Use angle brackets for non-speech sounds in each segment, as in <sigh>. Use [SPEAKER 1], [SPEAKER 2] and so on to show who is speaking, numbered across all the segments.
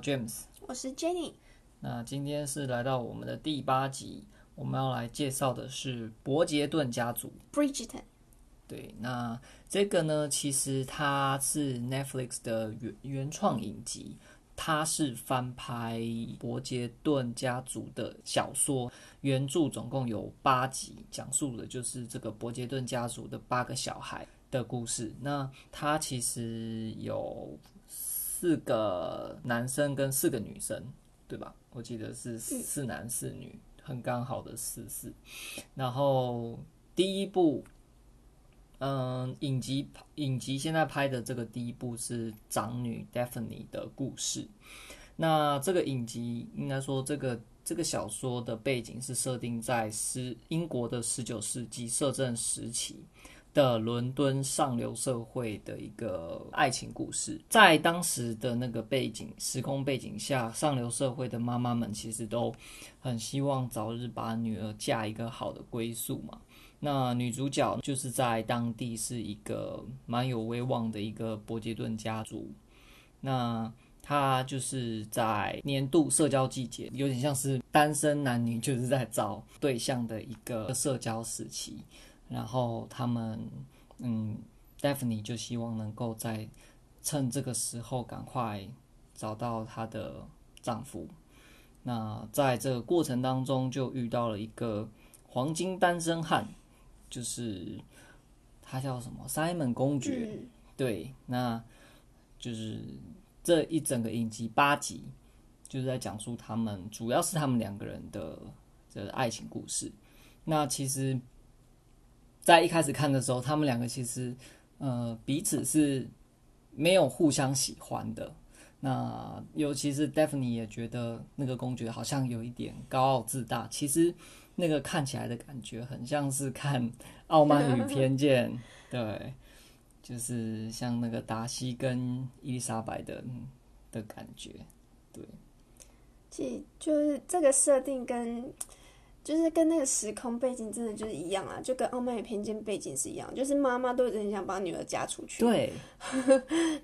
[SPEAKER 1] James，
[SPEAKER 2] 我是 Jenny。
[SPEAKER 1] 那今天是来到我们的第八集，我们要来介绍的是伯杰顿家族。
[SPEAKER 2] Bridgerton
[SPEAKER 1] 对，那这个呢，其实它是 Netflix 的原原创影集，它是翻拍伯杰顿家族的小说，原著总共有八集，讲述的就是这个伯杰顿家族的八个小孩的故事。那它其实有四个男生跟四个女生，对吧？我记得是四男四女，很刚好的四四。然后第一部嗯，影集影集现在拍的这个第一部是长女 Daphne 的故事。那这个影集应该说，这个这个小说的背景是设定在十英国的十九世纪摄政时期的伦敦上流社会的一个爱情故事。在当时的那个背景时空背景下，上流社会的妈妈们其实都很希望早日把女儿嫁一个好的归宿嘛。那女主角就是在当地是一个蛮有威望的一个伯杰顿家族，那她就是在年度社交季节，有点像是单身男女就是在找对象的一个社交时期，然后他们嗯，Daphne 就希望能够在趁这个时候赶快找到她的丈夫。那在这个过程当中，就遇到了一个黄金单身汉，就是他叫什么 Simon 公爵。
[SPEAKER 2] 嗯
[SPEAKER 1] 对，那就是这一整个影集八集，就是在讲述他们，主要是他们两个人的的爱情故事。那其实，在一开始看的时候，他们两个其实呃彼此是没有互相喜欢的。那尤其是 Daphne 也觉得那个公爵好像有一点高傲自大，其实那个看起来的感觉很像是看 <laughs> 《傲慢与偏见》对，就是像那个达西跟伊丽莎白的嗯的感觉。
[SPEAKER 2] 其实就是这个设定跟，就是跟那个时空背景真的就是一样啊，就跟《傲慢与偏见》背景是一样，就是妈妈都一直很想把女儿嫁出去，
[SPEAKER 1] 对，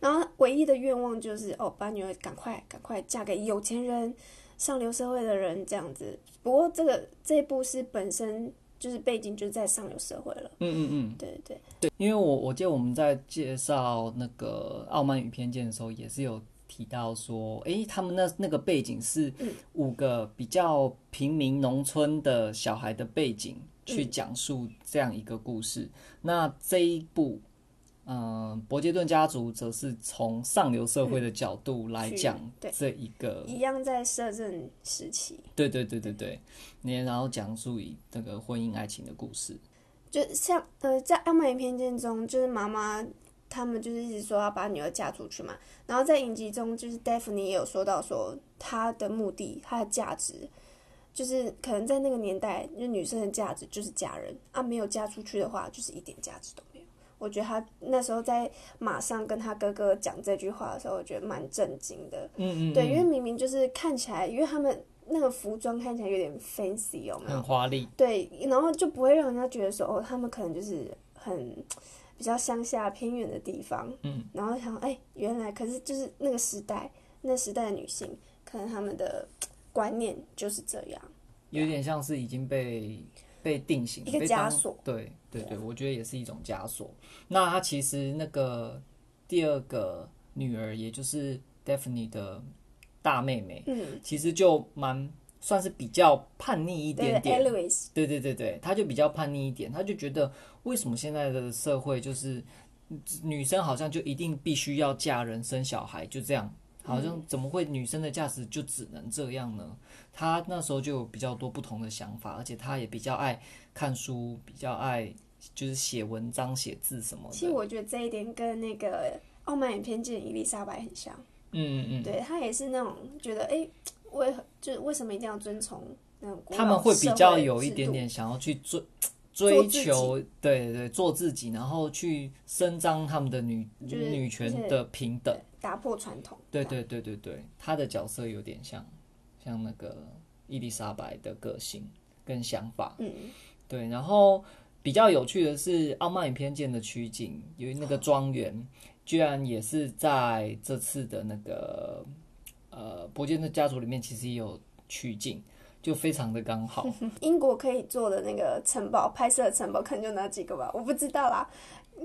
[SPEAKER 2] 然后唯一的愿望就是哦，把女儿赶快赶快嫁给有钱人、上流社会的人这样子。不过这个这一部是本身就是背景就是在上流社会了，
[SPEAKER 1] 嗯嗯嗯。
[SPEAKER 2] 对对对，
[SPEAKER 1] 对，因为我我记得我们在介绍那个《傲慢与偏见》的时候，也是有提到说，诶，他们那那个背景是
[SPEAKER 2] 嗯
[SPEAKER 1] 五个比较平民农村的小孩的背景，去
[SPEAKER 2] 嗯
[SPEAKER 1] 讲述这样一个故事。那这一部，嗯、伯杰顿家族则是从上流社会的角度来
[SPEAKER 2] 嗯去
[SPEAKER 1] 讲
[SPEAKER 2] 对
[SPEAKER 1] 这一个
[SPEAKER 2] 一样在摄政时期。
[SPEAKER 1] 对对对对对，你然后讲述以这个婚姻爱情的故事。
[SPEAKER 2] 就像呃，在《傲慢与偏见》中，就是妈妈他们就是一直说要把女儿嫁出去嘛。然后在影集中，就是 Daphne 也有说到说她的目的、她的价值，就是可能在那个年代，就女生的价值就是嫁人啊，没有嫁出去的话，就是一点价值都没有。我觉得她那时候在马上跟她哥哥讲这句话的时候，我觉得蛮震惊的。
[SPEAKER 1] 嗯嗯，
[SPEAKER 2] 对，因为
[SPEAKER 1] 嗯
[SPEAKER 2] 明明就是看起来，因为他们那个服装看起来有点 fancy，有没有
[SPEAKER 1] 很？华丽。
[SPEAKER 2] 对，然后就不会让人家觉得说，哦，他们可能就是很比较乡下偏远的地方，
[SPEAKER 1] 嗯，
[SPEAKER 2] 然后想，哎、原来可是就是那个时代，那时代的女性，可能她们的观念就是这样，
[SPEAKER 1] 有点像是已经被被定型了，
[SPEAKER 2] 一个
[SPEAKER 1] 被当
[SPEAKER 2] 枷锁。
[SPEAKER 1] 对对
[SPEAKER 2] 对
[SPEAKER 1] 对，我觉得也是一种枷锁。那他其实那个第二个女儿，也就是 Daphne 的大妹妹，
[SPEAKER 2] 嗯，
[SPEAKER 1] 其实就蛮算是比较叛逆一
[SPEAKER 2] 对
[SPEAKER 1] 点
[SPEAKER 2] 对
[SPEAKER 1] 点。
[SPEAKER 2] ，Eloise，
[SPEAKER 1] 对对对对，他就比较叛逆一点，他就觉得为什么现在的社会就是嗯女生好像就一定必须要嫁人生小孩，就这样，好
[SPEAKER 2] 嗯
[SPEAKER 1] 像怎么会女生的价值就只能这样呢？他那时候就有比较多不同的想法，而且他也比较爱看书，比较爱就是写文章、写字什么
[SPEAKER 2] 其实
[SPEAKER 1] 的。
[SPEAKER 2] 我觉得这一点跟那个《傲慢与偏见》伊丽莎白很像，
[SPEAKER 1] 嗯嗯嗯，
[SPEAKER 2] 对她也是那种觉得，哎、为何就是为什么一定要遵从那种古
[SPEAKER 1] 他们
[SPEAKER 2] 老
[SPEAKER 1] 会
[SPEAKER 2] 社
[SPEAKER 1] 比
[SPEAKER 2] 会
[SPEAKER 1] 较
[SPEAKER 2] 的
[SPEAKER 1] 有一
[SPEAKER 2] 制
[SPEAKER 1] 点
[SPEAKER 2] 度
[SPEAKER 1] 点想要去追。
[SPEAKER 2] 做
[SPEAKER 1] 追
[SPEAKER 2] 自己
[SPEAKER 1] 求对对对，做自己，然后去伸张他们的女、
[SPEAKER 2] 就是
[SPEAKER 1] 女
[SPEAKER 2] 而
[SPEAKER 1] 权
[SPEAKER 2] 且
[SPEAKER 1] 的平等。
[SPEAKER 2] 打破传统，
[SPEAKER 1] 对对对对对，他的角色有点像像那个伊丽莎白的个性跟想法。
[SPEAKER 2] 嗯。
[SPEAKER 1] 对，然后比较有趣的是《傲慢与偏见》的取景，由于那个庄园居然也是在这次的那个呃呃《伯杰顿家族》里面其实也有取景，就非常的刚好。
[SPEAKER 2] 英国可以做的那个城堡拍摄的城堡，可能就那几个吧，我不知道啦，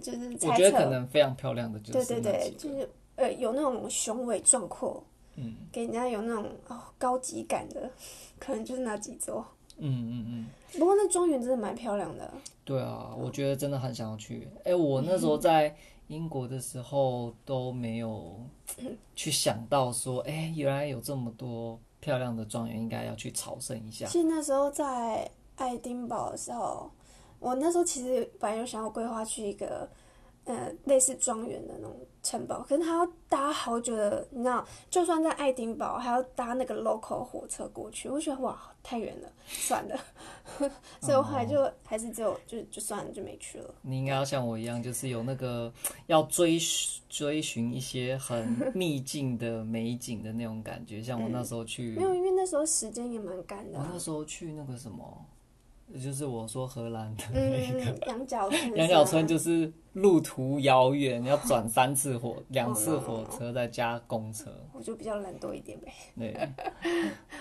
[SPEAKER 2] 就是
[SPEAKER 1] 我
[SPEAKER 2] <laughs> 猜
[SPEAKER 1] 觉得可
[SPEAKER 2] 测。
[SPEAKER 1] 能非常漂亮的就
[SPEAKER 2] 对
[SPEAKER 1] 是
[SPEAKER 2] 对
[SPEAKER 1] 那
[SPEAKER 2] 对
[SPEAKER 1] 几，个
[SPEAKER 2] 就是呃有那种雄伟壮阔，
[SPEAKER 1] 嗯
[SPEAKER 2] 给人家有那种哦高级感的，可能就是那几座。
[SPEAKER 1] 嗯嗯嗯，
[SPEAKER 2] 不过那庄园真的蛮漂亮的，
[SPEAKER 1] 对啊，我觉得真的很想要去。哎，我那时候在英国的时候都没有去想到说，哎，原来有这么多漂亮的庄园，应该要去朝圣一下。
[SPEAKER 2] 其实那时候在爱丁堡的时候，我那时候其实本来有想要规划去一个，呃，类似庄园的那种城堡，可是它要搭好久的，你知道，就算在爱丁堡，还要搭那个 local 火车过去，我就觉得哇，太远了，算了， <laughs> 所以我后来
[SPEAKER 1] 哦
[SPEAKER 2] 就还是只有就就算了，就没去了。
[SPEAKER 1] 你应该要像我一样，就是有那个要追寻追寻一些很秘境的美景的那种感觉。像我那时候去，
[SPEAKER 2] 没有，因为那时候时间也蛮赶的
[SPEAKER 1] 我
[SPEAKER 2] 啊、
[SPEAKER 1] 那时候去那个什么，就是我说荷兰的那个
[SPEAKER 2] 嗯，羊角村，
[SPEAKER 1] 羊角村，就是路途遥远，要转三次火、两次
[SPEAKER 2] 哦
[SPEAKER 1] 火车，再加公车。
[SPEAKER 2] 我就比较懒惰一点呗。
[SPEAKER 1] 对，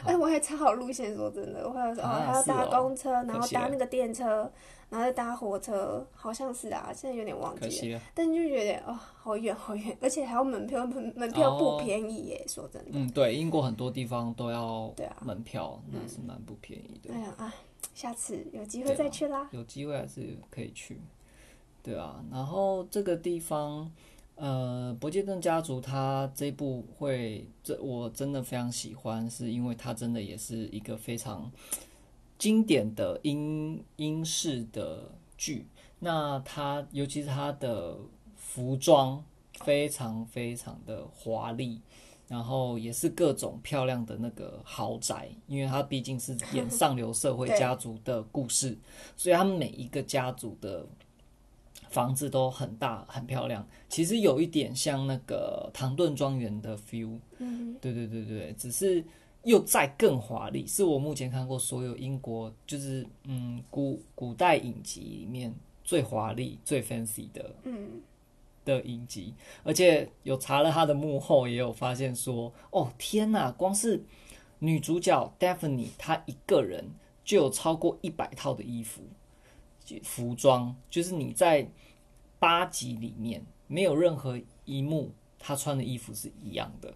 [SPEAKER 2] 哎，我还查好路线，说真的，我还有说哦，
[SPEAKER 1] 啊
[SPEAKER 2] 还要
[SPEAKER 1] 是
[SPEAKER 2] 搭
[SPEAKER 1] 哦
[SPEAKER 2] 公车，然
[SPEAKER 1] 可
[SPEAKER 2] 后
[SPEAKER 1] 惜了
[SPEAKER 2] 搭那个电车，然后再搭火车，好像是啊，现在有点忘
[SPEAKER 1] 可
[SPEAKER 2] 记了。
[SPEAKER 1] 惜了。
[SPEAKER 2] 但就觉得哦，好远好远，而且还要门票，门门票不
[SPEAKER 1] 哦
[SPEAKER 2] 便宜耶，说真的。
[SPEAKER 1] 嗯，对，英国很多地方都要
[SPEAKER 2] 对啊，
[SPEAKER 1] 门票，那是蛮不便宜的
[SPEAKER 2] 哎。呀啊，下次有机会
[SPEAKER 1] 对啊
[SPEAKER 2] 再去啦。
[SPEAKER 1] 有机会还是可以去，对啊。然后这个地方，呃，伯杰顿家族他这部会，这我真的非常喜欢，是因为它真的也是一个非常经典的英英式的剧。那它尤其是它的服装非常非常的华丽。然后也是各种漂亮的那个豪宅，因为它毕竟是
[SPEAKER 2] <laughs>
[SPEAKER 1] 演上流社会
[SPEAKER 2] 对
[SPEAKER 1] 家族的故事，所以他们每一个家族的房子都很大很漂亮，其实有一点像那个唐顿庄园的 feel，
[SPEAKER 2] 嗯，
[SPEAKER 1] 对对对对，只是又再更华丽，是我目前看过所有英国就是嗯古古代影集里面最华丽、最 fancy 的
[SPEAKER 2] 嗯
[SPEAKER 1] 的影集，而且有查了他的幕后，也有发现说，哦天呐，光是女主角 Daphne 她一个人就有超过一百套的衣服就服装，就是你在八集里面没有任何一幕她穿的衣服是一样的。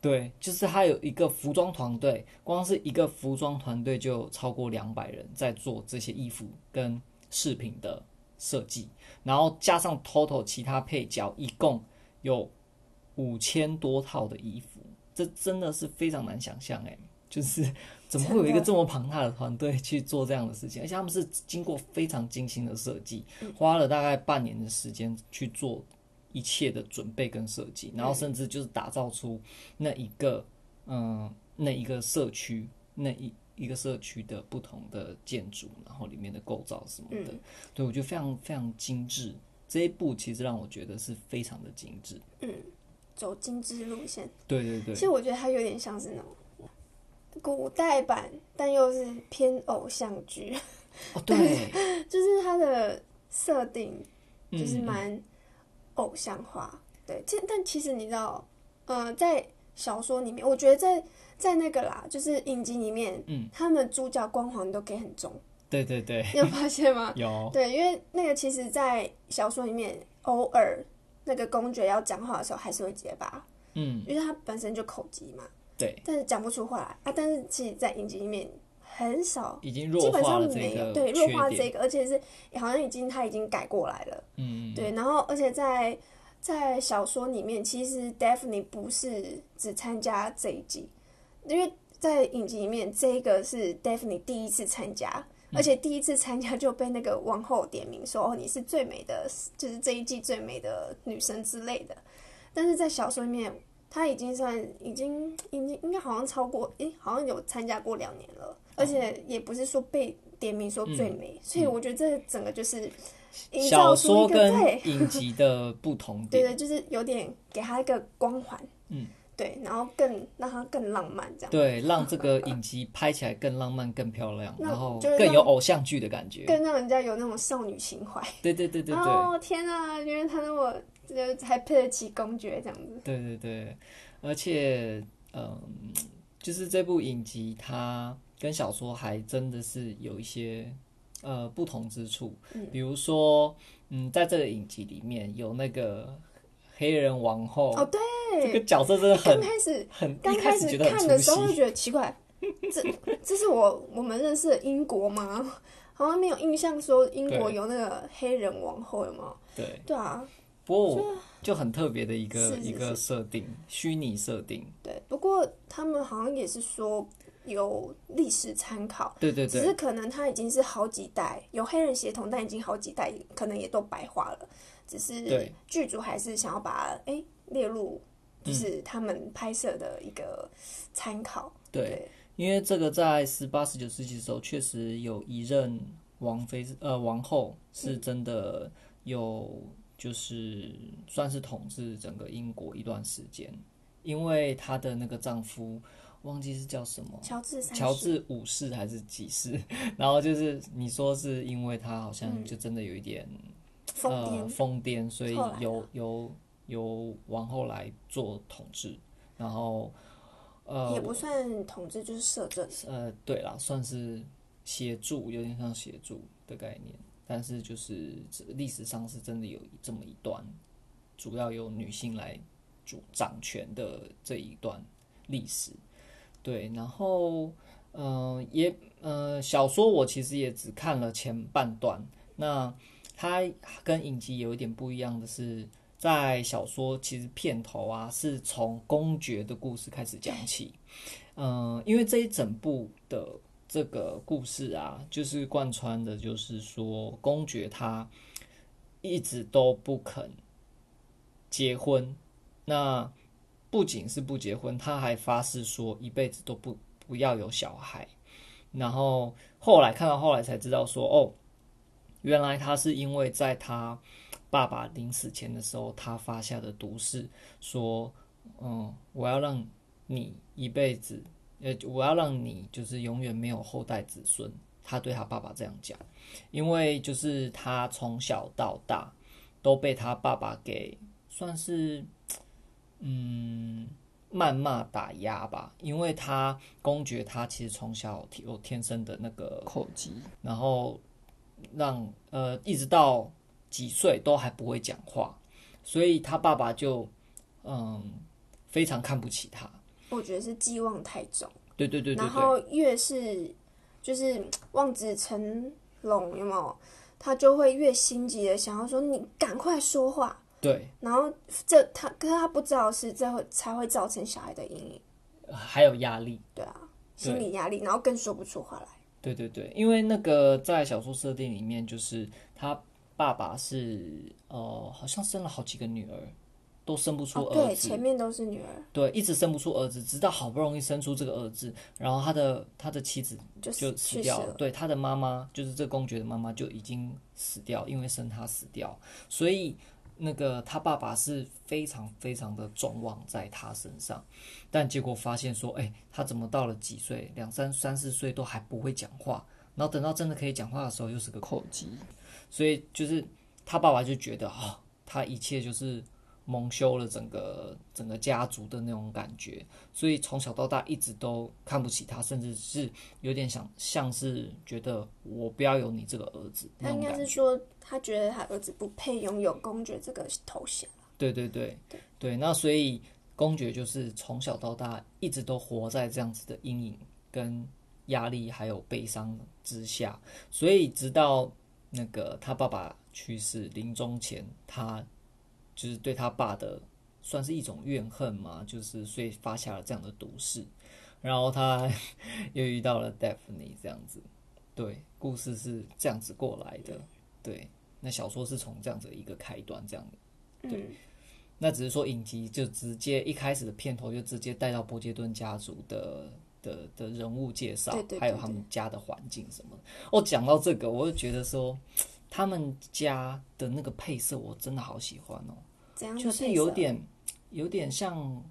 [SPEAKER 1] 对，就是她有一个服装团队，光是一个服装团队就有超过两百人在做这些衣服跟饰品的设计。然后加上 total 其他配角，一共有五千多套的衣服，这真的是非常难想象哎，就是怎么会有一个这么庞大的团队去做这样的事情？而且他们是经过非常精心的设计，花了大概半年的时间去做一切的准备跟设计，然后甚至就是打造出那一个嗯那一个社区那一。一个社区的不同的建筑，然后里面的构造什么的，
[SPEAKER 2] 嗯
[SPEAKER 1] 对，我觉得非常非常精致。这一部其实让我觉得是非常的精致。
[SPEAKER 2] 嗯，走精致路线。
[SPEAKER 1] 对对
[SPEAKER 2] 其
[SPEAKER 1] 对，
[SPEAKER 2] 实我觉得它有点像是那种古代版，但又是偏偶像剧， <laughs>
[SPEAKER 1] 哦对，
[SPEAKER 2] 就是它的设定
[SPEAKER 1] 嗯
[SPEAKER 2] <laughs> 就是
[SPEAKER 1] 嗯
[SPEAKER 2] 蛮偶像化。对，其但其实你知道，呃，在小说里面，我觉得在在那个啦，就是影集里面，
[SPEAKER 1] 嗯，
[SPEAKER 2] 他们主角光环都给很重，
[SPEAKER 1] 对对对，？
[SPEAKER 2] 你有发现吗
[SPEAKER 1] <laughs> 有，
[SPEAKER 2] 对，因为那个其实，在小说里面，偶尔那个公爵要讲话的时候，还是会结巴，
[SPEAKER 1] 嗯，
[SPEAKER 2] 因为他本身就口疾嘛，
[SPEAKER 1] 对，
[SPEAKER 2] 但是讲不出话来啊。但是其实，在影集里面很少。
[SPEAKER 1] 已经
[SPEAKER 2] 基
[SPEAKER 1] 弱
[SPEAKER 2] 本
[SPEAKER 1] 化
[SPEAKER 2] 上
[SPEAKER 1] 了
[SPEAKER 2] 没
[SPEAKER 1] 这
[SPEAKER 2] 有
[SPEAKER 1] 个
[SPEAKER 2] 对弱化
[SPEAKER 1] 缺
[SPEAKER 2] 这
[SPEAKER 1] 点，
[SPEAKER 2] 个，而且是好像已经他已经改过来了，
[SPEAKER 1] 嗯，
[SPEAKER 2] 对，然后而且在在小说里面，其实 Daphne 不是只参加这一季，因为在影集里面，这个是 Daphne 第一次参加，
[SPEAKER 1] 嗯
[SPEAKER 2] 而且第一次参加就被那个王后点名说：“哦，你是最美的，就是这一季最美的女生之类的。”但是在小说里面，她已经算已经已经应该好像超过诶，好像有参加过两年
[SPEAKER 1] 哦
[SPEAKER 2] 了，而且也不是说被点名说最美，所以我觉得这整个就是营造
[SPEAKER 1] 嗯小
[SPEAKER 2] 出
[SPEAKER 1] 说
[SPEAKER 2] 一个
[SPEAKER 1] 跟
[SPEAKER 2] 对
[SPEAKER 1] 影集的不同
[SPEAKER 2] <laughs> 对
[SPEAKER 1] 点，
[SPEAKER 2] 对，就是有点给她一个光环，
[SPEAKER 1] 嗯，
[SPEAKER 2] 对，然后更让她更浪漫这样。
[SPEAKER 1] 对，让这个影集拍起来更浪漫、更漂亮，
[SPEAKER 2] <laughs> 那
[SPEAKER 1] 然后
[SPEAKER 2] 就是
[SPEAKER 1] 更
[SPEAKER 2] 让
[SPEAKER 1] 有偶像剧的感觉。
[SPEAKER 2] 更让人家有那种少女情怀。
[SPEAKER 1] 对对对对对，
[SPEAKER 2] 哦天啊，原来他那么就是还配得起公爵这样子。
[SPEAKER 1] 对对对，而且嗯，就是这部影集它跟小说还真的是有一些呃不同之处，比如说，嗯，在这个影集里面有那个黑人王后，
[SPEAKER 2] 哦，对，
[SPEAKER 1] 这个角色真的
[SPEAKER 2] 刚
[SPEAKER 1] 很
[SPEAKER 2] 开始
[SPEAKER 1] 很
[SPEAKER 2] 刚
[SPEAKER 1] 一开始
[SPEAKER 2] 始
[SPEAKER 1] 觉得很
[SPEAKER 2] 看的时
[SPEAKER 1] 出
[SPEAKER 2] 候
[SPEAKER 1] 戏
[SPEAKER 2] 就觉得奇怪， <laughs> 这这是我我们认识的英国吗？ <laughs> 好像没有印象说英国
[SPEAKER 1] 对
[SPEAKER 2] 有那个黑人王后有吗？
[SPEAKER 1] 对，
[SPEAKER 2] 对啊，
[SPEAKER 1] 不过我就很特别的一个
[SPEAKER 2] 是是
[SPEAKER 1] 一个设定，虚拟设定，
[SPEAKER 2] 对。不过他们好像也是说有历史参考，
[SPEAKER 1] 对对
[SPEAKER 2] 只是
[SPEAKER 1] 对，
[SPEAKER 2] 可能他已经是好几代有黑人血统，但已经好几代可能也都白化了，只是
[SPEAKER 1] 对
[SPEAKER 2] 剧组还是想要把它诶列入，就是他们拍摄的一个参考。
[SPEAKER 1] 对，因为这个在十八、十九世纪的时候，确实有一任王妃是，呃，王后
[SPEAKER 2] 嗯
[SPEAKER 1] 是真的有，就是算是统治整个英国一段时间，因为她的那个丈夫忘记是叫什么，
[SPEAKER 2] 乔治三世，
[SPEAKER 1] 乔治五世还是几世，然后就是你说是因为他好像就真的有一点。
[SPEAKER 2] 嗯疯
[SPEAKER 1] 呃、
[SPEAKER 2] 癫，
[SPEAKER 1] 疯癫，所以
[SPEAKER 2] 后来
[SPEAKER 1] 由
[SPEAKER 2] 呢
[SPEAKER 1] 由由王后来做统治，然后呃
[SPEAKER 2] 也不算统治，就是摄政。
[SPEAKER 1] 呃，对啦，算是协助，有点像协助的概念，但是就是这历史上是真的有这么一段，主要由女性来主掌权的这一段历史，对，然后呃也呃小说我其实也只看了前半段，那它跟影集有一点不一样的是。在小说其实片头啊是从公爵的故事开始讲起，嗯，因为这一整部的这个故事啊，就是贯穿的，就是说公爵他一直都不肯结婚，那不仅是不结婚，他还发誓说一辈子都不不要有小孩。然后后来看到后来才知道说，哦，原来他是因为在他爸爸临死前的时候，他发下的毒誓，说，嗯，我要让你一辈子，呃，我要让你就是永远没有后代子孙。他对他爸爸这样讲，因为就是他从小到大都被他爸爸给算是，嗯，谩骂打压吧。因为他公爵他其实从小有天生的那个口疾，然后让呃一直到几岁都还不会讲话，所以他爸爸就嗯非常看不起他。
[SPEAKER 2] 我觉得是寄望太重，
[SPEAKER 1] 对对对对
[SPEAKER 2] 然
[SPEAKER 1] 对，
[SPEAKER 2] 后越是就是嗯望子成龙，有没有？他就会越心急的想要说你赶快说话，
[SPEAKER 1] 对，
[SPEAKER 2] 然后这他可是他不知道的是这会才会造成小孩的阴影，
[SPEAKER 1] 呃还有压力。
[SPEAKER 2] 对啊，
[SPEAKER 1] 对
[SPEAKER 2] 心理压力，然后更说不出话来。
[SPEAKER 1] 对对对，因为那个在小说设定里面，就是他爸爸是呃，好像生了好几个女儿，都生不出
[SPEAKER 2] 哦，
[SPEAKER 1] 儿
[SPEAKER 2] 对，
[SPEAKER 1] 子。
[SPEAKER 2] 前面都是女儿，
[SPEAKER 1] 对，一直生不出儿子，直到好不容易生出这个儿子，然后他的他的妻子
[SPEAKER 2] 就
[SPEAKER 1] 就是死
[SPEAKER 2] 去世
[SPEAKER 1] 掉了。
[SPEAKER 2] 了。
[SPEAKER 1] 对，他的妈妈就是这公爵的妈妈就已经死掉，因为生他死掉，所以那个他爸爸是非常非常的众望在他身上，但结果发现说，哎、他怎么到了几岁，两三三四岁都还不会讲话，然后等到真的可以讲话的时候，又是个口疾，所以就是他爸爸就觉得啊、他一切就是。蒙羞了整个整个家族的那种感觉，所以从小到大一直都看不起他，甚至是有点想像是觉得我不要有你这个儿子那
[SPEAKER 2] 他应
[SPEAKER 1] 种
[SPEAKER 2] 该
[SPEAKER 1] 感
[SPEAKER 2] 是
[SPEAKER 1] 觉。
[SPEAKER 2] 说，他觉得他儿子不配拥有公爵这个头衔。
[SPEAKER 1] 对对对对，那所以公爵就是从小到大一直都活在这样子的阴影跟压力还有悲伤之下，所以直到那个他爸爸去世临终前，他就是对他爸的算是一种怨恨嘛，就是所以发下了这样的毒誓，然后他 <laughs> 又遇到了 Daphne 这样子，对，故事是这样子过来的，对，那小说是从这样子一个开端这样
[SPEAKER 2] 嗯，
[SPEAKER 1] 那只是说影集就直接一开始的片头就直接带到波杰顿家族的的的人物介绍，
[SPEAKER 2] 对对对
[SPEAKER 1] 还有他们家的环境什么的。哦，讲到这个，我就觉得说他们家的那个配色我真的好喜欢哦，
[SPEAKER 2] 怎样的
[SPEAKER 1] 就是
[SPEAKER 2] 配
[SPEAKER 1] 有
[SPEAKER 2] 色啊
[SPEAKER 1] 点有点像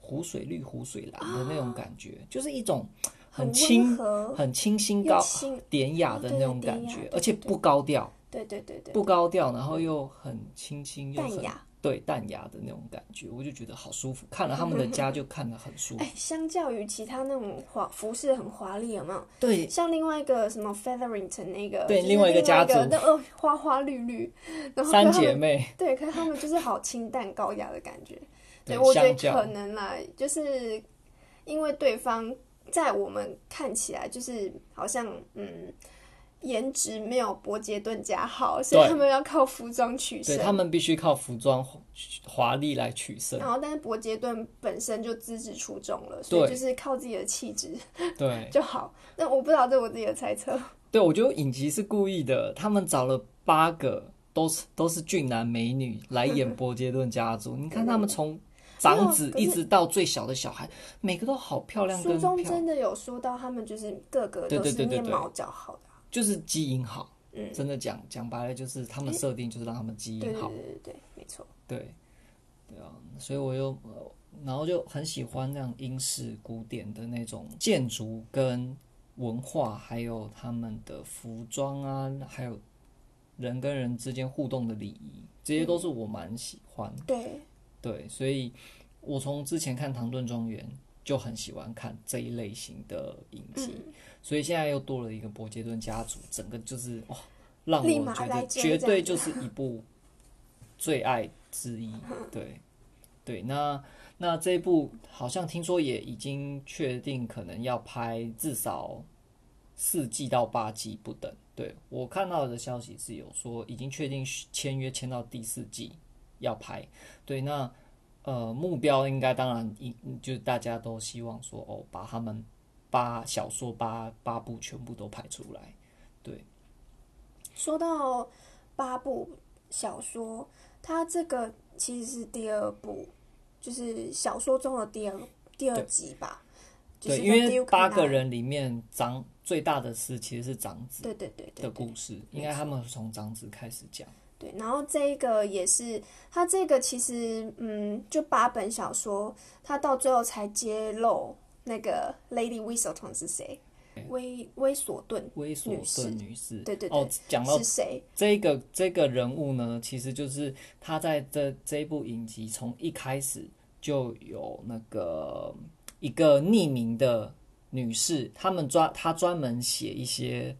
[SPEAKER 1] 湖水绿、湖水蓝的那种感觉，就是一种很
[SPEAKER 2] 啊很
[SPEAKER 1] 清
[SPEAKER 2] 温和，
[SPEAKER 1] 很清新
[SPEAKER 2] 又
[SPEAKER 1] 高。
[SPEAKER 2] 轻，
[SPEAKER 1] 典雅
[SPEAKER 2] 哦
[SPEAKER 1] 的
[SPEAKER 2] 对
[SPEAKER 1] 那种
[SPEAKER 2] 典
[SPEAKER 1] 感
[SPEAKER 2] 雅
[SPEAKER 1] 觉，
[SPEAKER 2] 对
[SPEAKER 1] 而且
[SPEAKER 2] 对
[SPEAKER 1] 不高调，
[SPEAKER 2] 对对对对，
[SPEAKER 1] 不高调，然后又很清新，又
[SPEAKER 2] 淡
[SPEAKER 1] 很
[SPEAKER 2] 雅，
[SPEAKER 1] 对淡雅的那种感觉，我就觉得好舒服。看了他们的家就看得很舒服
[SPEAKER 2] <laughs> 哎，。相较于其他那种华服饰很华丽，有没有？
[SPEAKER 1] 对
[SPEAKER 2] 像另外一个什么 Featherington 那个，
[SPEAKER 1] 对
[SPEAKER 2] 就
[SPEAKER 1] 另
[SPEAKER 2] 是另
[SPEAKER 1] 外一个家族
[SPEAKER 2] 那哦花花绿绿，然后
[SPEAKER 1] 三
[SPEAKER 2] 可是他
[SPEAKER 1] 姐
[SPEAKER 2] 们
[SPEAKER 1] 妹，
[SPEAKER 2] 对，可是他们就是好清淡高雅的感觉。
[SPEAKER 1] 对
[SPEAKER 2] 我觉得
[SPEAKER 1] 相较
[SPEAKER 2] 可能啦，就是因为对方在我们看起来就是好像嗯。颜值没有伯杰顿家好，所以
[SPEAKER 1] 对
[SPEAKER 2] 他们要靠服装取
[SPEAKER 1] 对
[SPEAKER 2] 胜。
[SPEAKER 1] 他们必须靠服装华丽来取胜。
[SPEAKER 2] 然后，但是伯杰顿本身就资质出众了，所以
[SPEAKER 1] 对
[SPEAKER 2] 就是靠自己的气质
[SPEAKER 1] 对，
[SPEAKER 2] 就好。那我不知道，这是我自己的猜测。
[SPEAKER 1] 对，我觉得影集是故意的，他们找了八个都是都是俊男美女来
[SPEAKER 2] 嗯
[SPEAKER 1] 演伯杰顿家族。你看他们从长子
[SPEAKER 2] 没有可是
[SPEAKER 1] 一直到最小的小孩，每个都好漂亮
[SPEAKER 2] 书
[SPEAKER 1] 跟
[SPEAKER 2] 中
[SPEAKER 1] 漂，
[SPEAKER 2] 真的有说到，他们就是个个
[SPEAKER 1] 对
[SPEAKER 2] 都
[SPEAKER 1] 对
[SPEAKER 2] 是
[SPEAKER 1] 对对
[SPEAKER 2] 面
[SPEAKER 1] 对
[SPEAKER 2] 貌较好的啊。
[SPEAKER 1] 就是基因好。
[SPEAKER 2] 嗯
[SPEAKER 1] 真的讲讲白了，就是他们设定就是让他们基
[SPEAKER 2] 对
[SPEAKER 1] 因
[SPEAKER 2] 对
[SPEAKER 1] 好
[SPEAKER 2] 对。对对，没错。
[SPEAKER 1] 对，对啊，所以我又呃然后就很喜欢那样英式古典的那种建筑跟文化，还有他们的服装啊，还有人跟人之间互动的礼仪，这些都是我蛮喜欢。
[SPEAKER 2] 对，
[SPEAKER 1] 对，所以我从之前看《唐顿庄园》就很喜欢看这一类型的影集，
[SPEAKER 2] 嗯
[SPEAKER 1] 所以现在又多了一个伯杰顿家族，整个就是哇，让
[SPEAKER 2] 立
[SPEAKER 1] 我
[SPEAKER 2] 马
[SPEAKER 1] 觉
[SPEAKER 2] 来
[SPEAKER 1] 得
[SPEAKER 2] 追
[SPEAKER 1] 绝
[SPEAKER 2] 这
[SPEAKER 1] 对
[SPEAKER 2] 样
[SPEAKER 1] 就是一部最爱之一。对，对，那那这一部好像听说也已经确定，可能要拍至少四季到八季不等。对我看到的消息是有说已经确定签约签到第四季要拍。对，那呃目标应该当然一就是大家都希望说哦，把他们八小说八八部全部都拍出来。
[SPEAKER 2] 说到八部小说，它这个其实是第二部，就是小说中的第二第二
[SPEAKER 1] 对
[SPEAKER 2] 集吧。就
[SPEAKER 1] 对，
[SPEAKER 2] 是
[SPEAKER 1] 因
[SPEAKER 2] 在
[SPEAKER 1] 为
[SPEAKER 2] Duke
[SPEAKER 1] 八个
[SPEAKER 2] Knight。
[SPEAKER 1] 人里面长最大的是其实是长子。
[SPEAKER 2] 对对对对
[SPEAKER 1] 的
[SPEAKER 2] 对
[SPEAKER 1] 故事，
[SPEAKER 2] 没
[SPEAKER 1] 应该他们从长子开始讲。
[SPEAKER 2] 对，然后这一个也是，它这个其实嗯，就八本小说，它到最后才揭露那个 Lady Whistleton 是谁，威威索顿
[SPEAKER 1] 威索
[SPEAKER 2] 女士
[SPEAKER 1] 顿女士，
[SPEAKER 2] 对对
[SPEAKER 1] 哦，讲到
[SPEAKER 2] 是谁？
[SPEAKER 1] 这个这个人物呢，其实就是他在这这一部影集从一开始就有那个一个匿名的女士，他们专他专门写一些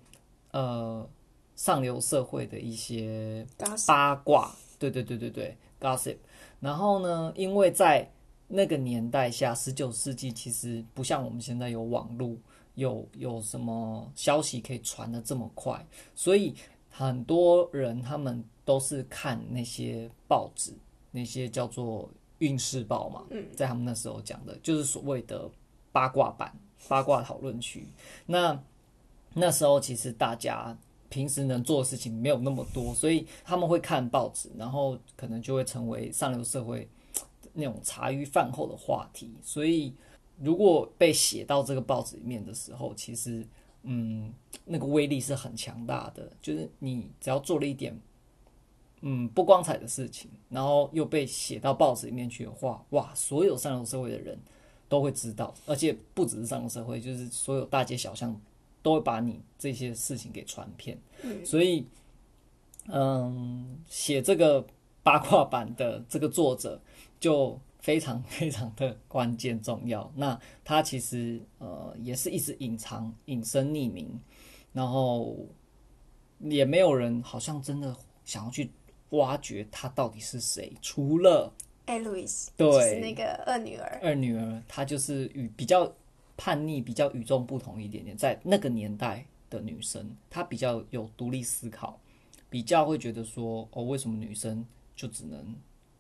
[SPEAKER 1] 呃上流社会的一些
[SPEAKER 2] 然后是
[SPEAKER 1] 八卦，对对对对对，gossip。然后呢，因为在那个年代下，十九世纪其实不像我们现在有网络，有有什么消息可以传的这么快，所以很多人他们都是看那些报纸，那些叫做运势报嘛，在他们那时候讲的，就是所谓的八卦版、八卦讨论区。那那时候其实大家平时能做的事情没有那么多，所以他们会看报纸，然后可能就会成为上流社会那种茶余饭后的话题。所以如果被写到这个报纸里面的时候，其实嗯，那个威力是很强大的，就是你只要做了一点。嗯，不光彩的事情，然后又被写到报纸里面去的话，哇，所有上流社会的人都会知道，而且不只是上流社会，就是所有大街小巷都会把你这些事情给传遍。所以，嗯，写这个八卦版的这个作者就非常 <laughs> 非常的关键重要。那他其实呃也是一直隐藏、隐身、匿名，然后也没有人好像真的想要去挖掘他到底是谁，除了
[SPEAKER 2] Eloise，
[SPEAKER 1] 对
[SPEAKER 2] 就是那个二女儿，
[SPEAKER 1] 二女儿，她就是与比较叛逆、比较与众不同一点点，在那个年代的女生，她比较有独立思考，比较会觉得说，哦，为什么女生就只能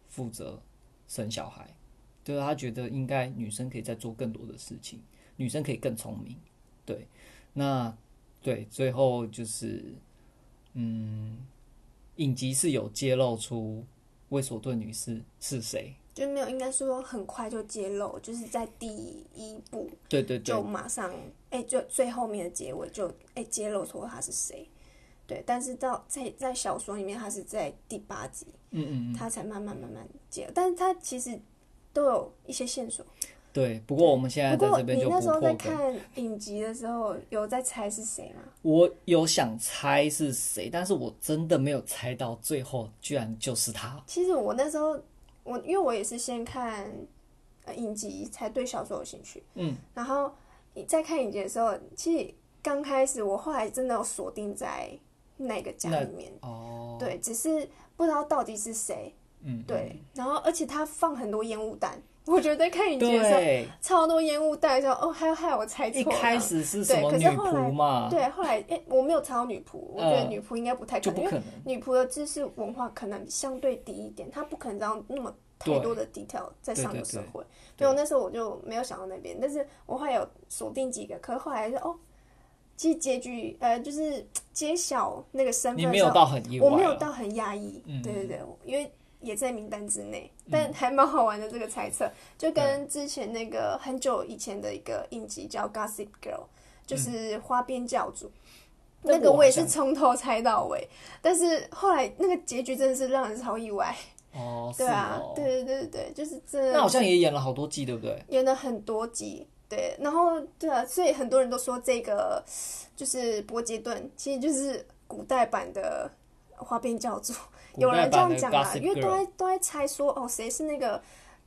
[SPEAKER 1] 负责生小孩？对，她觉得应该女生可以再做更多的事情，女生可以更聪明。对，那对最后就是，嗯，影集是有揭露出威索顿女士是谁。
[SPEAKER 2] 就没有，应该说很快就揭露，就是在第一部
[SPEAKER 1] 对对对
[SPEAKER 2] 就，马上，哎、就最后面的结尾就哎、揭露出他是谁。对，但是到在在小说里面，他是在第八集，
[SPEAKER 1] 嗯嗯嗯。
[SPEAKER 2] 他才慢慢慢慢揭，但是他其实都有一些线索，
[SPEAKER 1] 对，不过我们现在
[SPEAKER 2] 不
[SPEAKER 1] 在
[SPEAKER 2] 过
[SPEAKER 1] 这边
[SPEAKER 2] 你
[SPEAKER 1] 就
[SPEAKER 2] 那
[SPEAKER 1] 不
[SPEAKER 2] 时候
[SPEAKER 1] 破
[SPEAKER 2] 在
[SPEAKER 1] 梗。
[SPEAKER 2] 看影集的时候，有在猜是谁吗？
[SPEAKER 1] 我有想猜是谁，但是我真的没有猜到，最后居然就是他。
[SPEAKER 2] 其实我那时候，我因为我也是先看呃影集才对小说有兴趣，
[SPEAKER 1] 嗯，
[SPEAKER 2] 然后你在看影集的时候，其实刚开始我后来真的有锁定在那个家
[SPEAKER 1] 那
[SPEAKER 2] 里面，
[SPEAKER 1] 哦，
[SPEAKER 2] 对，只是不知道到底是谁，
[SPEAKER 1] 嗯，
[SPEAKER 2] 对，然后而且他放很多烟雾弹，我觉得在看影集的时候
[SPEAKER 1] 对，
[SPEAKER 2] 超多烟雾弹，说哦，还有害我猜
[SPEAKER 1] 一
[SPEAKER 2] 错了，
[SPEAKER 1] 开始是什
[SPEAKER 2] 对
[SPEAKER 1] 么
[SPEAKER 2] 可
[SPEAKER 1] 女
[SPEAKER 2] 是后来
[SPEAKER 1] 仆嘛，
[SPEAKER 2] 对，后来诶、我没有查到女仆，我觉得
[SPEAKER 1] 嗯
[SPEAKER 2] 女仆应该不太可
[SPEAKER 1] 就不
[SPEAKER 2] 能，因为
[SPEAKER 1] 可能。
[SPEAKER 2] 女仆的知识文化可能相对低一点，她不可能这样那么太多的 detail 在上流社会。
[SPEAKER 1] 对对对
[SPEAKER 2] 对我那时候我就没有想到那边，但是我后来有锁定几个，可是后来就哦，其实结局呃就是揭晓那个身
[SPEAKER 1] 你
[SPEAKER 2] 份的
[SPEAKER 1] 没
[SPEAKER 2] 时
[SPEAKER 1] 有
[SPEAKER 2] 候，
[SPEAKER 1] 到很意外、
[SPEAKER 2] 我没有，到很压抑，
[SPEAKER 1] 嗯
[SPEAKER 2] 对对对，因为也在名单之内，但还蛮好玩的这个猜测，就跟之前那个很久以前的一个影集叫《Gossip Girl》，就是花边教主。
[SPEAKER 1] 但
[SPEAKER 2] 那
[SPEAKER 1] 嗯
[SPEAKER 2] 个
[SPEAKER 1] 我
[SPEAKER 2] 我也
[SPEAKER 1] 好像
[SPEAKER 2] 是从头猜到尾，但是后来那个结局真的是让人超意外，
[SPEAKER 1] 哦，
[SPEAKER 2] 对啊
[SPEAKER 1] 是哦，
[SPEAKER 2] 对对对对，就是真的。
[SPEAKER 1] 那好像也演了好多季，对不对？
[SPEAKER 2] 演了很多集，对，然后对啊，所以很多人都说这个就是伯杰顿，其实就是古代版的花边教主，
[SPEAKER 1] 古
[SPEAKER 2] 有
[SPEAKER 1] 代
[SPEAKER 2] 人这
[SPEAKER 1] 版
[SPEAKER 2] 样
[SPEAKER 1] 的
[SPEAKER 2] 讲啦，
[SPEAKER 1] Gossip
[SPEAKER 2] 因为都
[SPEAKER 1] Girl
[SPEAKER 2] 在都在猜说哦，谁是那个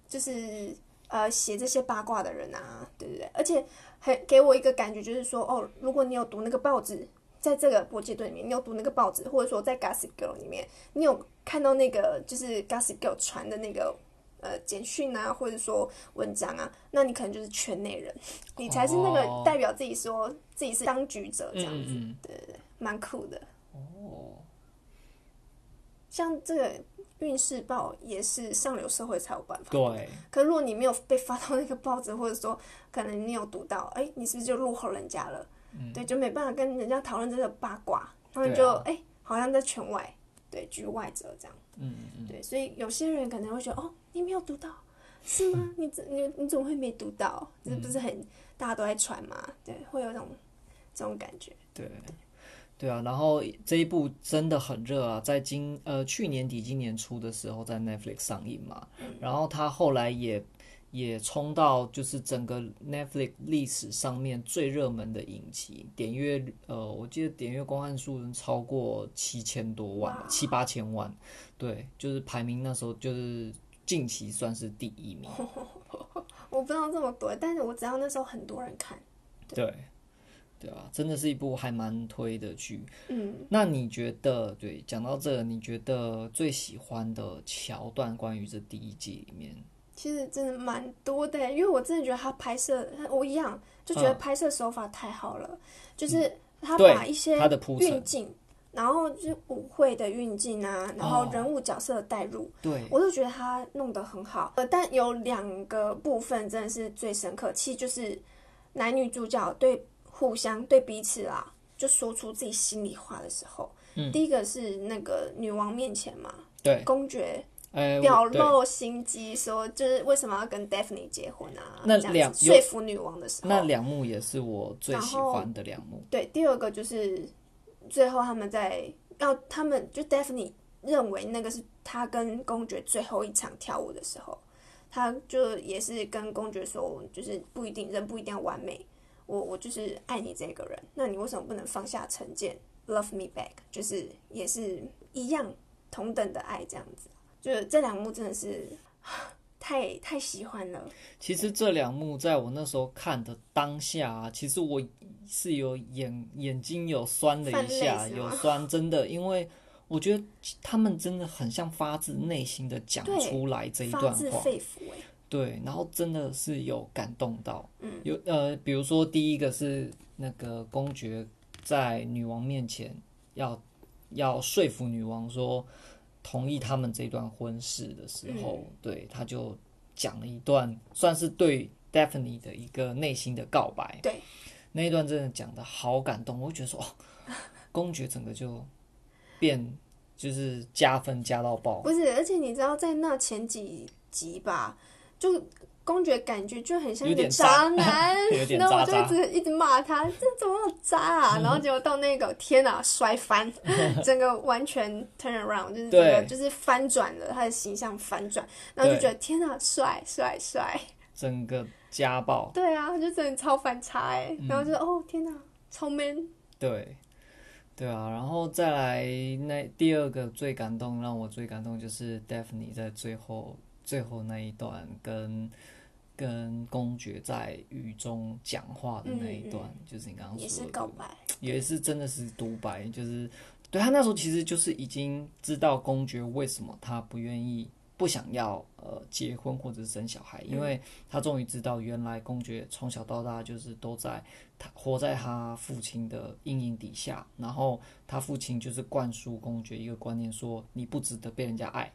[SPEAKER 2] 就是呃写这些八卦的人啊，对不对？而且还给我一个感觉就是说哦，如果你有读那个报纸。在这个伯杰顿里面，你有读那个报纸，或者说在《Gossip Girl》里面，你有看到那个就是《Gossip Girl》传的那个呃简讯啊，或者说文章啊，那你可能就是圈内人，你才是那
[SPEAKER 1] 哦
[SPEAKER 2] 个代表自己说自己是当局者这
[SPEAKER 1] 嗯
[SPEAKER 2] 样
[SPEAKER 1] 嗯
[SPEAKER 2] 子，
[SPEAKER 1] 嗯，
[SPEAKER 2] 蛮酷的。
[SPEAKER 1] 哦，
[SPEAKER 2] 像这个运势报也是上流社会才有办法，
[SPEAKER 1] 对，
[SPEAKER 2] 可如果你没有被发到那个报纸，或者说可能你有读到，哎、你是不是就落后人家了？对，就没办法跟人家讨论这个八卦，然后你就
[SPEAKER 1] 嗯对啊
[SPEAKER 2] 哎、好像在圈外，对，局外者这样。
[SPEAKER 1] 嗯嗯，
[SPEAKER 2] 对，所以有些人可能会觉得，哦，你没有读到，是吗？你怎你你怎么会没读到？这
[SPEAKER 1] 嗯
[SPEAKER 2] 不是很大家都在传嘛？对，会有这种这种感觉。
[SPEAKER 1] 对，对啊。然后这一部真的很热啊，在今呃去年底今年初的时候在 Netflix 上映嘛，然后它后来也也冲到就是整个 Netflix 历史上面最热门的影集，点阅率呃我记得点阅观看数超过七千多万吧，七八千万，对，就是排名那时候就是近期算是第一名。
[SPEAKER 2] 我不知道这么多，但是我知道那时候很多人看。
[SPEAKER 1] 对，对啊，真的是一部还蛮推的剧。
[SPEAKER 2] 嗯，
[SPEAKER 1] 那你觉得，对，讲到这，你觉得最喜欢的桥段关于这第一季里面，
[SPEAKER 2] 其实真的蛮多的，因为我真的觉得他拍摄，我一样就觉得
[SPEAKER 1] 嗯
[SPEAKER 2] 拍摄手法太好了，就是他
[SPEAKER 1] 对
[SPEAKER 2] 把一些
[SPEAKER 1] 它的铺
[SPEAKER 2] 运
[SPEAKER 1] 陈，
[SPEAKER 2] 镜，然后就是舞会的运镜啊，然
[SPEAKER 1] 哦
[SPEAKER 2] 后人物角色的代入。
[SPEAKER 1] 对，
[SPEAKER 2] 我就觉得他弄得很好，呃，但有两个部分真的是最深刻，其实就是男女主角对互相对彼此啦，就说出自己心里话的时候，
[SPEAKER 1] 嗯
[SPEAKER 2] 第一个是那个女王面前嘛，
[SPEAKER 1] 对，
[SPEAKER 2] 公爵
[SPEAKER 1] 哎，
[SPEAKER 2] 表
[SPEAKER 1] 我对
[SPEAKER 2] 露心机，说就是为什么要跟 Daphne 结婚啊，
[SPEAKER 1] 那
[SPEAKER 2] 这样
[SPEAKER 1] 两
[SPEAKER 2] 子
[SPEAKER 1] 有
[SPEAKER 2] 说服女王的时
[SPEAKER 1] 那
[SPEAKER 2] 候，
[SPEAKER 1] 两幕也是我最喜欢的两幕，
[SPEAKER 2] 对，第二个就是最后他们在要他们就 Daphne 认为那个是他跟公爵最后一场跳舞的时候，他就也是跟公爵说，就是不一定人不一定要完美，我我就是爱你这个人，那你为什么不能放下成见，love me back，就是也是一样同等的爱这样子，就是这两幕真的是 <sighs> 太太喜欢了，
[SPEAKER 1] 其实这两幕在我那时候看的当下、啊，其实我是有眼眼睛有酸了一下，
[SPEAKER 2] 泛泪是
[SPEAKER 1] 有
[SPEAKER 2] 吗
[SPEAKER 1] 酸，真的，因为我觉得他们真的很像发自内心的讲
[SPEAKER 2] 对
[SPEAKER 1] 出来这一
[SPEAKER 2] 发
[SPEAKER 1] 段
[SPEAKER 2] 自
[SPEAKER 1] 话，
[SPEAKER 2] 肺腑哎、
[SPEAKER 1] 对，然后真的是有感动到，有呃，比如说第一个是那个公爵在女王面前要要说服女王说同意他们这段婚事的时候，对，他就讲了一段算是对 Daphne 的一个内心的告白，
[SPEAKER 2] 对，
[SPEAKER 1] 那一段真的讲的好感动，我就觉得说，哦，公爵整个就变就是加分加到爆，
[SPEAKER 2] 不是，而且你知道，在那前几集吧，就公爵感觉就很像一
[SPEAKER 1] 有
[SPEAKER 2] 个
[SPEAKER 1] 点渣，
[SPEAKER 2] 男
[SPEAKER 1] <laughs> 有点
[SPEAKER 2] 然后
[SPEAKER 1] 渣
[SPEAKER 2] 我就
[SPEAKER 1] 渣嗯
[SPEAKER 2] 一直一直骂他，这怎么那么渣啊？然后结果到那个天哪，
[SPEAKER 1] <laughs>
[SPEAKER 2] 摔翻，整个完全 turn around，就是整个
[SPEAKER 1] 对
[SPEAKER 2] 就是翻转了他的形象翻转，然后就
[SPEAKER 1] 对
[SPEAKER 2] 啊觉得天哪，帅帅帅，
[SPEAKER 1] 整个家暴，
[SPEAKER 2] 对啊，就真的超反差哎、
[SPEAKER 1] 嗯
[SPEAKER 2] 然后就哦天哪，超 man，
[SPEAKER 1] 对，对啊，然后再来那第二个最感动，让我最感动就是 Daphne 在最后最后那一段跟跟公爵在雨中讲话的那一段，就是你刚刚
[SPEAKER 2] 也
[SPEAKER 1] 说
[SPEAKER 2] 是
[SPEAKER 1] 的
[SPEAKER 2] 告白，
[SPEAKER 1] 也是真的是独白，就是对他那时候其实就是已经知道公爵为什么他不愿意、不想要呃结婚或者是生小孩，因为他终于知道原来公爵从小到大就是都在他活在他父亲的阴影底下，然后他父亲就是灌输公爵一个观念说你不值得被人家爱。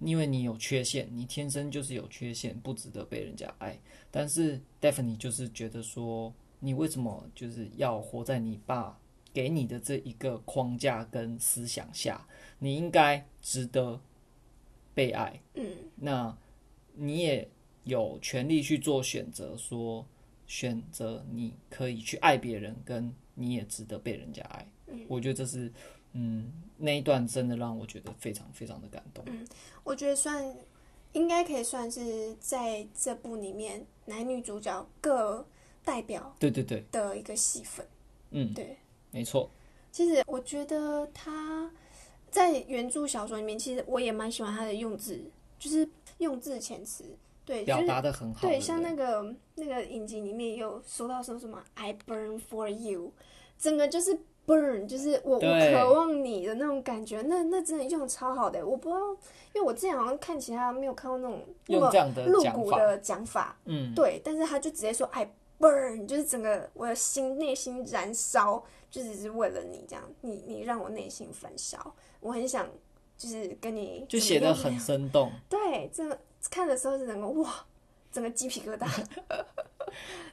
[SPEAKER 1] 因为你有缺陷，你天生就是有缺陷，不值得被人家爱。但是 Daphne 就是觉得说，你为什么就是要活在你爸给你的这一个框架跟思想下？你应该值得被爱。
[SPEAKER 2] 嗯，
[SPEAKER 1] 那你也有权利去做选择，说选择你可以去爱别人，跟你也值得被人家爱。我觉得这是，嗯，那一段真的让我觉得非常非常的感动。
[SPEAKER 2] 嗯我觉得算应该可以算是在这部里面男女主角各代表
[SPEAKER 1] 对对对，
[SPEAKER 2] 的一个戏份，
[SPEAKER 1] 嗯，
[SPEAKER 2] 对。
[SPEAKER 1] 没错，
[SPEAKER 2] 其实我觉得他在原著小说里面，其实我也蛮喜欢他的用字，就是用字遣词，对，就
[SPEAKER 1] 表
[SPEAKER 2] 是
[SPEAKER 1] 达的很好。
[SPEAKER 2] 对，
[SPEAKER 1] 不
[SPEAKER 2] 像那个那个影集里面也有说到什么什么 “I burn for you”，整个就是 burn，就是我我
[SPEAKER 1] 对
[SPEAKER 2] 渴望你的那种感觉，那那真的用得超好的欸，我不知道，因为我之前好像看其他没有看过那种那
[SPEAKER 1] 用
[SPEAKER 2] 么
[SPEAKER 1] 这样的
[SPEAKER 2] 露
[SPEAKER 1] 讲
[SPEAKER 2] 骨
[SPEAKER 1] 法，
[SPEAKER 2] 的讲法，
[SPEAKER 1] 嗯，
[SPEAKER 2] 对，但是他就直接说 “I burn”，就是整个我的心内心燃烧，就只是为了你这样，你你让我内心焚烧，我很想就是跟你
[SPEAKER 1] 就
[SPEAKER 2] 怎么
[SPEAKER 1] 写的
[SPEAKER 2] 样
[SPEAKER 1] 很生动。
[SPEAKER 2] 对，真的看的时候是整个哇，整个鸡皮疙瘩。
[SPEAKER 1] <laughs>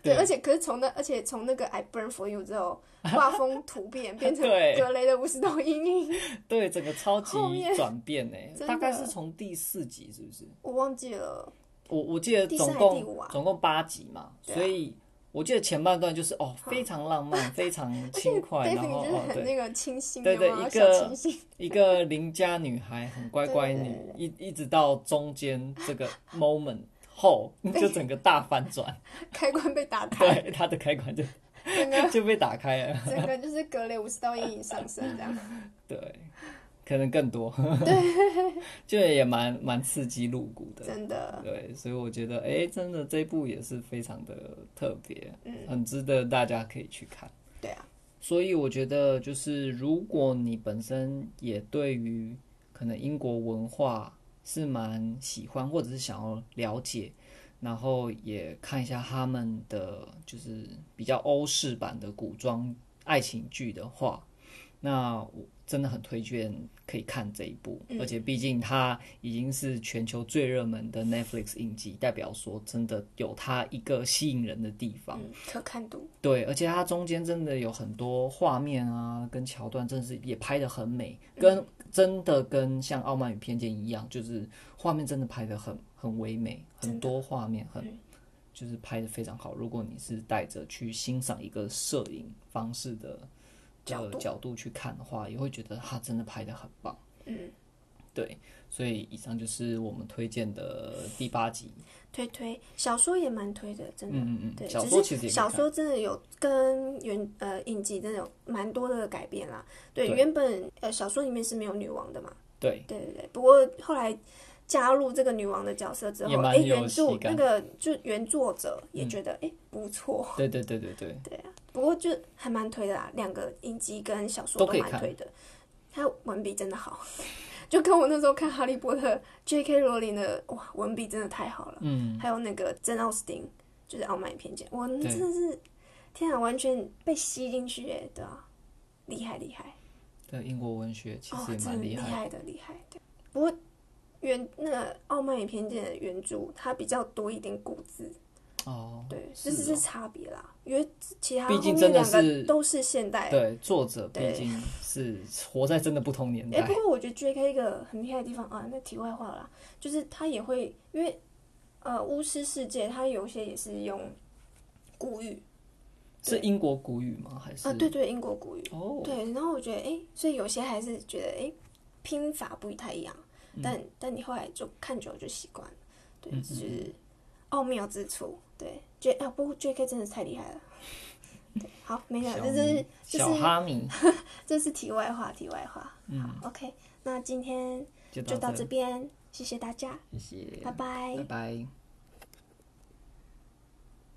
[SPEAKER 1] 对
[SPEAKER 2] 对，而且可是从那，而且从那个 I burn for you 之后，画风突变，变成
[SPEAKER 1] 对
[SPEAKER 2] 格雷的五十道阴影，
[SPEAKER 1] 对，整个超级
[SPEAKER 2] 后面
[SPEAKER 1] 转变呢、
[SPEAKER 2] 真的
[SPEAKER 1] 大概是从第四集是不是？
[SPEAKER 2] 我忘记了。
[SPEAKER 1] 我我记得
[SPEAKER 2] 第
[SPEAKER 1] 总
[SPEAKER 2] 三还是第五
[SPEAKER 1] 共
[SPEAKER 2] 啊
[SPEAKER 1] 总共八集嘛，
[SPEAKER 2] 对啊嗯
[SPEAKER 1] 所以我记得前半段就是哦，非常浪
[SPEAKER 2] <laughs>
[SPEAKER 1] 漫，非常轻快，
[SPEAKER 2] 对，
[SPEAKER 1] 然后
[SPEAKER 2] 你就是
[SPEAKER 1] 哦对，
[SPEAKER 2] 很那个清新，
[SPEAKER 1] 对对
[SPEAKER 2] 有没有
[SPEAKER 1] 一
[SPEAKER 2] 小
[SPEAKER 1] 个
[SPEAKER 2] 清新， <laughs>
[SPEAKER 1] 一个邻家女孩很乖乖女，一一直到中间这个 moment
[SPEAKER 2] <laughs>
[SPEAKER 1] 后，就整个大反转，
[SPEAKER 2] 开关被打开，
[SPEAKER 1] 对，她的开关就
[SPEAKER 2] 整
[SPEAKER 1] <laughs>
[SPEAKER 2] 个
[SPEAKER 1] 就被打开了，
[SPEAKER 2] 整个就是格雷五十道阴影上升这样。
[SPEAKER 1] 对，可能更多， <laughs> 就也蛮蛮刺激露骨的，
[SPEAKER 2] 真的，
[SPEAKER 1] 对，所以我觉得，哎、真的这一部也是非常的特别，
[SPEAKER 2] 嗯
[SPEAKER 1] 很值得大家可以去看。
[SPEAKER 2] 对啊，
[SPEAKER 1] 所以我觉得，就是如果你本身也对于可能英国文化是蛮喜欢，或者是想要了解，然后也看一下他们的就是比较欧式版的古装爱情剧的话，那我真的很推荐可以看这一部。
[SPEAKER 2] 嗯
[SPEAKER 1] 而且毕竟它已经是全球最热门的 Netflix 影集，代表说真的有它一个吸引人的地方。
[SPEAKER 2] 嗯，可看度，
[SPEAKER 1] 对，而且它中间真的有很多画面啊，跟桥段，真的是也拍得很美，
[SPEAKER 2] 嗯
[SPEAKER 1] 跟真的跟像《傲慢与偏见》一样，就是画面真的拍得很很唯美，很
[SPEAKER 2] 真的
[SPEAKER 1] 多画面很
[SPEAKER 2] 嗯
[SPEAKER 1] 就是拍得非常好。如果你是带着去欣赏一个摄影方式的
[SPEAKER 2] 角
[SPEAKER 1] 的
[SPEAKER 2] 度
[SPEAKER 1] 角度去看的话，也会觉得它真的拍得很棒。
[SPEAKER 2] 嗯，
[SPEAKER 1] 对，所以以上就是我们推荐的第八集。
[SPEAKER 2] 推推小说也蛮推的，真的。
[SPEAKER 1] 嗯嗯
[SPEAKER 2] 对，
[SPEAKER 1] 嗯，小
[SPEAKER 2] 只
[SPEAKER 1] 说
[SPEAKER 2] 是
[SPEAKER 1] 其实也可以
[SPEAKER 2] 小
[SPEAKER 1] 看
[SPEAKER 2] 说真的有跟原呃影集真的有蛮多的改变啦。对，
[SPEAKER 1] 对
[SPEAKER 2] 原本呃小说里面是没有女王的嘛，
[SPEAKER 1] 对
[SPEAKER 2] 对对对。不过后来加入这个女王的角色之
[SPEAKER 1] 也
[SPEAKER 2] 后，
[SPEAKER 1] 蛮
[SPEAKER 2] 哎，
[SPEAKER 1] 有
[SPEAKER 2] 原著
[SPEAKER 1] 喜感嗯
[SPEAKER 2] 那个就原作者也觉得哎、诶不错，
[SPEAKER 1] 对对对对对，
[SPEAKER 2] 对啊。不过就还蛮推的啦，两个影集跟小说
[SPEAKER 1] 都
[SPEAKER 2] 都
[SPEAKER 1] 可以
[SPEAKER 2] 蛮
[SPEAKER 1] 看
[SPEAKER 2] 推的。他文笔真的好， <laughs> 就跟我那时候看《哈利波特》J.K. 罗琳的哇，文笔真的太好了。
[SPEAKER 1] 嗯。
[SPEAKER 2] 还有那个珍奥斯汀，就是《傲慢与偏见》，我真
[SPEAKER 1] 对
[SPEAKER 2] 的是天啊，完全被吸进去耶，对啊，厉害厉害，
[SPEAKER 1] 对英国文学其
[SPEAKER 2] 哦，
[SPEAKER 1] 实也
[SPEAKER 2] 真的
[SPEAKER 1] 蛮
[SPEAKER 2] 厉
[SPEAKER 1] 厉害的，
[SPEAKER 2] 害的厉害对。不过原那个《傲慢与偏见》的原著，它比较多一点古字，
[SPEAKER 1] 哦。
[SPEAKER 2] 对，
[SPEAKER 1] 是
[SPEAKER 2] 这只是
[SPEAKER 1] 哦
[SPEAKER 2] 差别啦，因为其他后
[SPEAKER 1] 毕竟
[SPEAKER 2] 面
[SPEAKER 1] 真的
[SPEAKER 2] 两
[SPEAKER 1] 是
[SPEAKER 2] 个都是现代。
[SPEAKER 1] 对，作者毕
[SPEAKER 2] 对
[SPEAKER 1] 竟是活在真的不同年
[SPEAKER 2] 哎、
[SPEAKER 1] 代
[SPEAKER 2] 不，过我觉得 J.K. 一个很厉害的地方啊，那题外话啦，就是他也会因为呃巫师世界，他有些也是用古语
[SPEAKER 1] 是英国古语吗？还是
[SPEAKER 2] 啊，对对，英国古语，
[SPEAKER 1] 哦，
[SPEAKER 2] 对，然后我觉得，哎、所以有些还是觉得，哎、拼法不太一样，
[SPEAKER 1] 嗯嗯
[SPEAKER 2] 但但你后来就看久了就习惯了，对，这就是奥妙之处。对，J 啊，不过 J.K. 真的是太厉害了。对，好，没有，
[SPEAKER 1] 小
[SPEAKER 2] 这是
[SPEAKER 1] 米
[SPEAKER 2] 这
[SPEAKER 1] 小
[SPEAKER 2] 是
[SPEAKER 1] 哈
[SPEAKER 2] <laughs>
[SPEAKER 1] 米，
[SPEAKER 2] 这是题外话，题外话。
[SPEAKER 1] 嗯，
[SPEAKER 2] OK，那今天
[SPEAKER 1] 就
[SPEAKER 2] 就到
[SPEAKER 1] 到
[SPEAKER 2] 这
[SPEAKER 1] 这，
[SPEAKER 2] 边，谢谢大家，
[SPEAKER 1] 谢谢，
[SPEAKER 2] 拜拜
[SPEAKER 1] 拜拜。